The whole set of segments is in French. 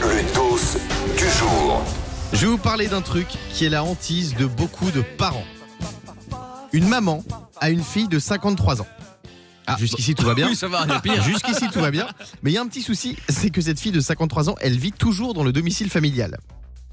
Le dos du jour. Je vais vous parler d'un truc qui est la hantise de beaucoup de parents. Une maman a une fille de 53 ans. Jusqu'ici tout va bien. Oui, ça va, il y a pire. Jusqu'ici tout va bien. Mais il y a un petit souci, c'est que cette fille de 53 ans, elle vit toujours dans le domicile familial.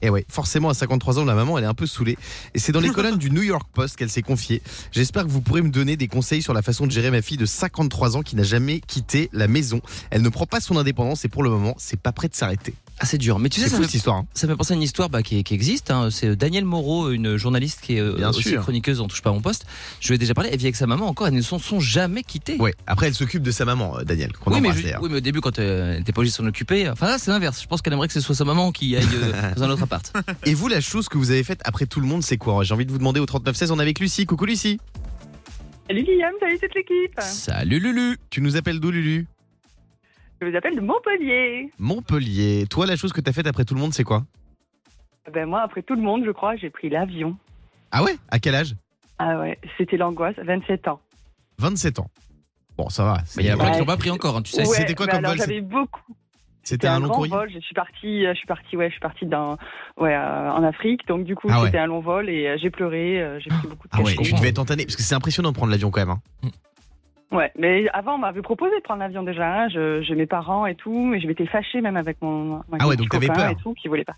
Et ouais, forcément à 53 ans, la maman, elle est un peu saoulée. Et c'est dans les colonnes du New York Post qu'elle s'est confiée. J'espère que vous pourrez me donner des conseils sur la façon de gérer ma fille de 53 ans qui n'a jamais quitté la maison. Elle ne prend pas son indépendance et pour le moment, c'est pas prêt de s'arrêter. Ah, c'est dur. Mais tu sais, C'est ça fou me, cette histoire. hein. ça me fait penser à une histoire bah, qui, qui existe. hein. C'est Daniel Moreau, une journaliste qui est euh, Bien aussi sûr. chroniqueuse, on touche pas à mon poste. Je lui ai déjà parlé. Elle vit avec sa maman encore. Elles ne s'en sont jamais quittées. Ouais. Après, elle s'occupe de sa maman, euh, Daniel, qu'on Oui mais, embrasse je- d'ailleurs. oui, mais au début, quand euh, elle n'était pas obligée de s'en occuper, enfin là, c'est l'inverse. Je pense qu'elle aimerait que ce soit sa maman qui aille euh, dans un autre appart. Et vous, la chose que vous avez faite après tout le monde, c'est quoi hein J'ai envie de vous demander au 3916. On est avec Lucie. Coucou Lucie. Salut Guillaume, salut toute l'équipe. Salut Lulu Tu nous appelles d'où, Lulu Je vous appelle de Montpellier. Montpellier. Toi, la chose que t'as faite après tout le monde, c'est quoi Ben moi, après tout le monde, je crois, j'ai pris l'avion. Ah ouais À quel âge Ah ouais, c'était l'angoisse, 27 ans. 27 ans. Bon, ça va. c'est- Mais il y en a plein qui Ouais. n'ont pas pris encore, hein, tu sais. Ouais. C'est- c'était quoi mais comme alors vol, J'avais beaucoup. C'était C'était un un long grand courrier. vol. Je suis partie, euh, je suis partie, ouais, je suis partie dans, ouais, euh, en Afrique. Donc du coup, Ah ouais. c'était un long vol et euh, j'ai pleuré. euh, j'ai pris beaucoup de Ah ouais, cachets. tu comprends. devais être entanné parce que c'est impressionnant de prendre l'avion quand même. hein. Ouais, mais avant, on m'avait proposé de prendre l'avion déjà. hein. Je, j'ai mes parents et tout, mais je m'étais fâchée même avec mon, avec Ah ouais, mon donc t'avais petit copain peur. Ah, et tout, qui voulait pas.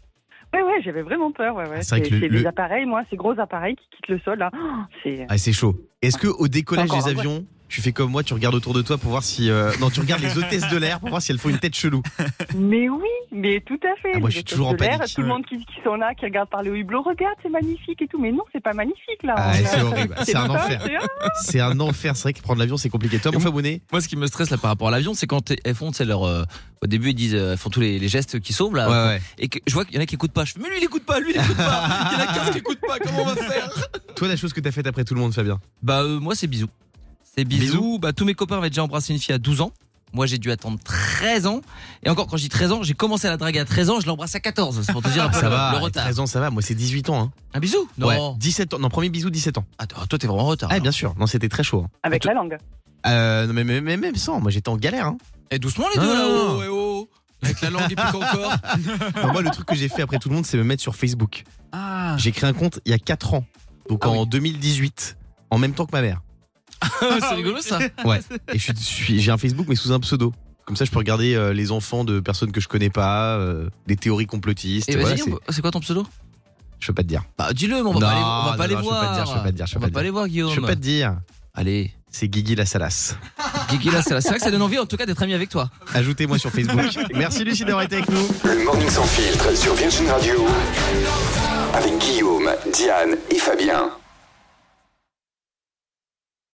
Ouais, ouais, j'avais vraiment peur. Ouais, ouais. c'est vrai que le- c'est le- les appareils, moi, ces gros appareils qui quittent le sol là. Oh, c'est Ah, c'est chaud. Est-ce que au décollage Encore des un vol. avions, tu fais comme moi, tu regardes autour de toi pour voir si euh, non, tu regardes les hôtesses de l'air pour voir si elles font une tête chelou. Mais oui, mais tout à fait. Ah, moi, Les je suis hôtesses toujours en de l'air, panique. Tout le monde qui, qui sont là, qui regarde par le hublot, regarde, c'est magnifique et tout. Mais non, c'est pas magnifique là. Ah, On c'est a- horrible. C'est un pas enfer. sûr. C'est un enfer. C'est vrai que prendre l'avion, c'est compliqué. Toi, mon Et abonné Moi, ce qui me stresse là par rapport à l'avion, c'est quand elles font, c'est leur. euh, au début, ils disent, euh, elles font tous les, les gestes qui sauvent là. ouais. Et que je vois qu'il y en a qui écoutent pas. Je fais, mais lui, il écoute pas, lui, il écoute pas. Il y en a 15 qui écoutent pas, comment on va faire Toi, la chose que t'as faite après tout le monde, Fabien Bah, euh, moi, c'est bisous. C'est bisous. Bah, tous mes copains avaient déjà embrassé une fille à 12 ans. Moi, j'ai dû attendre 13 ans. Et encore, quand j'ai 13 ans, j'ai commencé à la draguer à 13 ans, je l'embrasse à 14. C'est pour te dire un peu Ça Ah, le, va, le à retard. 13 ans, ça va. Moi, c'est 18 ans. hein. Un bisou Non. Ouais, 17 ans. Non, premier bisou, 17 ans. Attends, toi, t'es vraiment en retard. Ah, alors. bien sûr. Non, c'était très chaud. hein. Avec la langue. Euh, non, mais, mais- mais même sans. Moi, j'étais en galère. hein. Et Eh, doucement, les Non, deux non, là-haut. non. eh oh. Avec la langue et puis encore. Non, moi, le truc que j'ai fait après tout le monde, c'est me mettre sur Facebook. Ah, J'ai créé un compte il y a 4 ans. Donc Ah en 2018. En même temps que ma mère. c'est rigolo ça. Ouais. Et je suis- je suis- j'ai un Facebook, mais sous un pseudo. Comme ça, je peux regarder euh, les enfants de personnes que je connais pas, euh, des théories complotistes. Et voilà, Eh, vas-y, on c'est- peut- c'est quoi ton pseudo Je peux pas te dire. Bah, dis-le, mais on va Non, pas aller, on va non, pas aller non, je peux voir. pas te dire, je peux pas te dire, je peux on pas va te dire. pas aller voir, Guillaume. Je peux pas te dire. Allez, C'est Guigui la Salace. Guigui, là, c'est la- c'est vrai que ça donne envie, en tout cas, d'être ami avec toi. Ajoutez-moi sur Facebook. Merci Lucie d'avoir été avec nous. Le morning sans filtre sur Virgin Radio. Avec Guillaume, Diane et Fabien.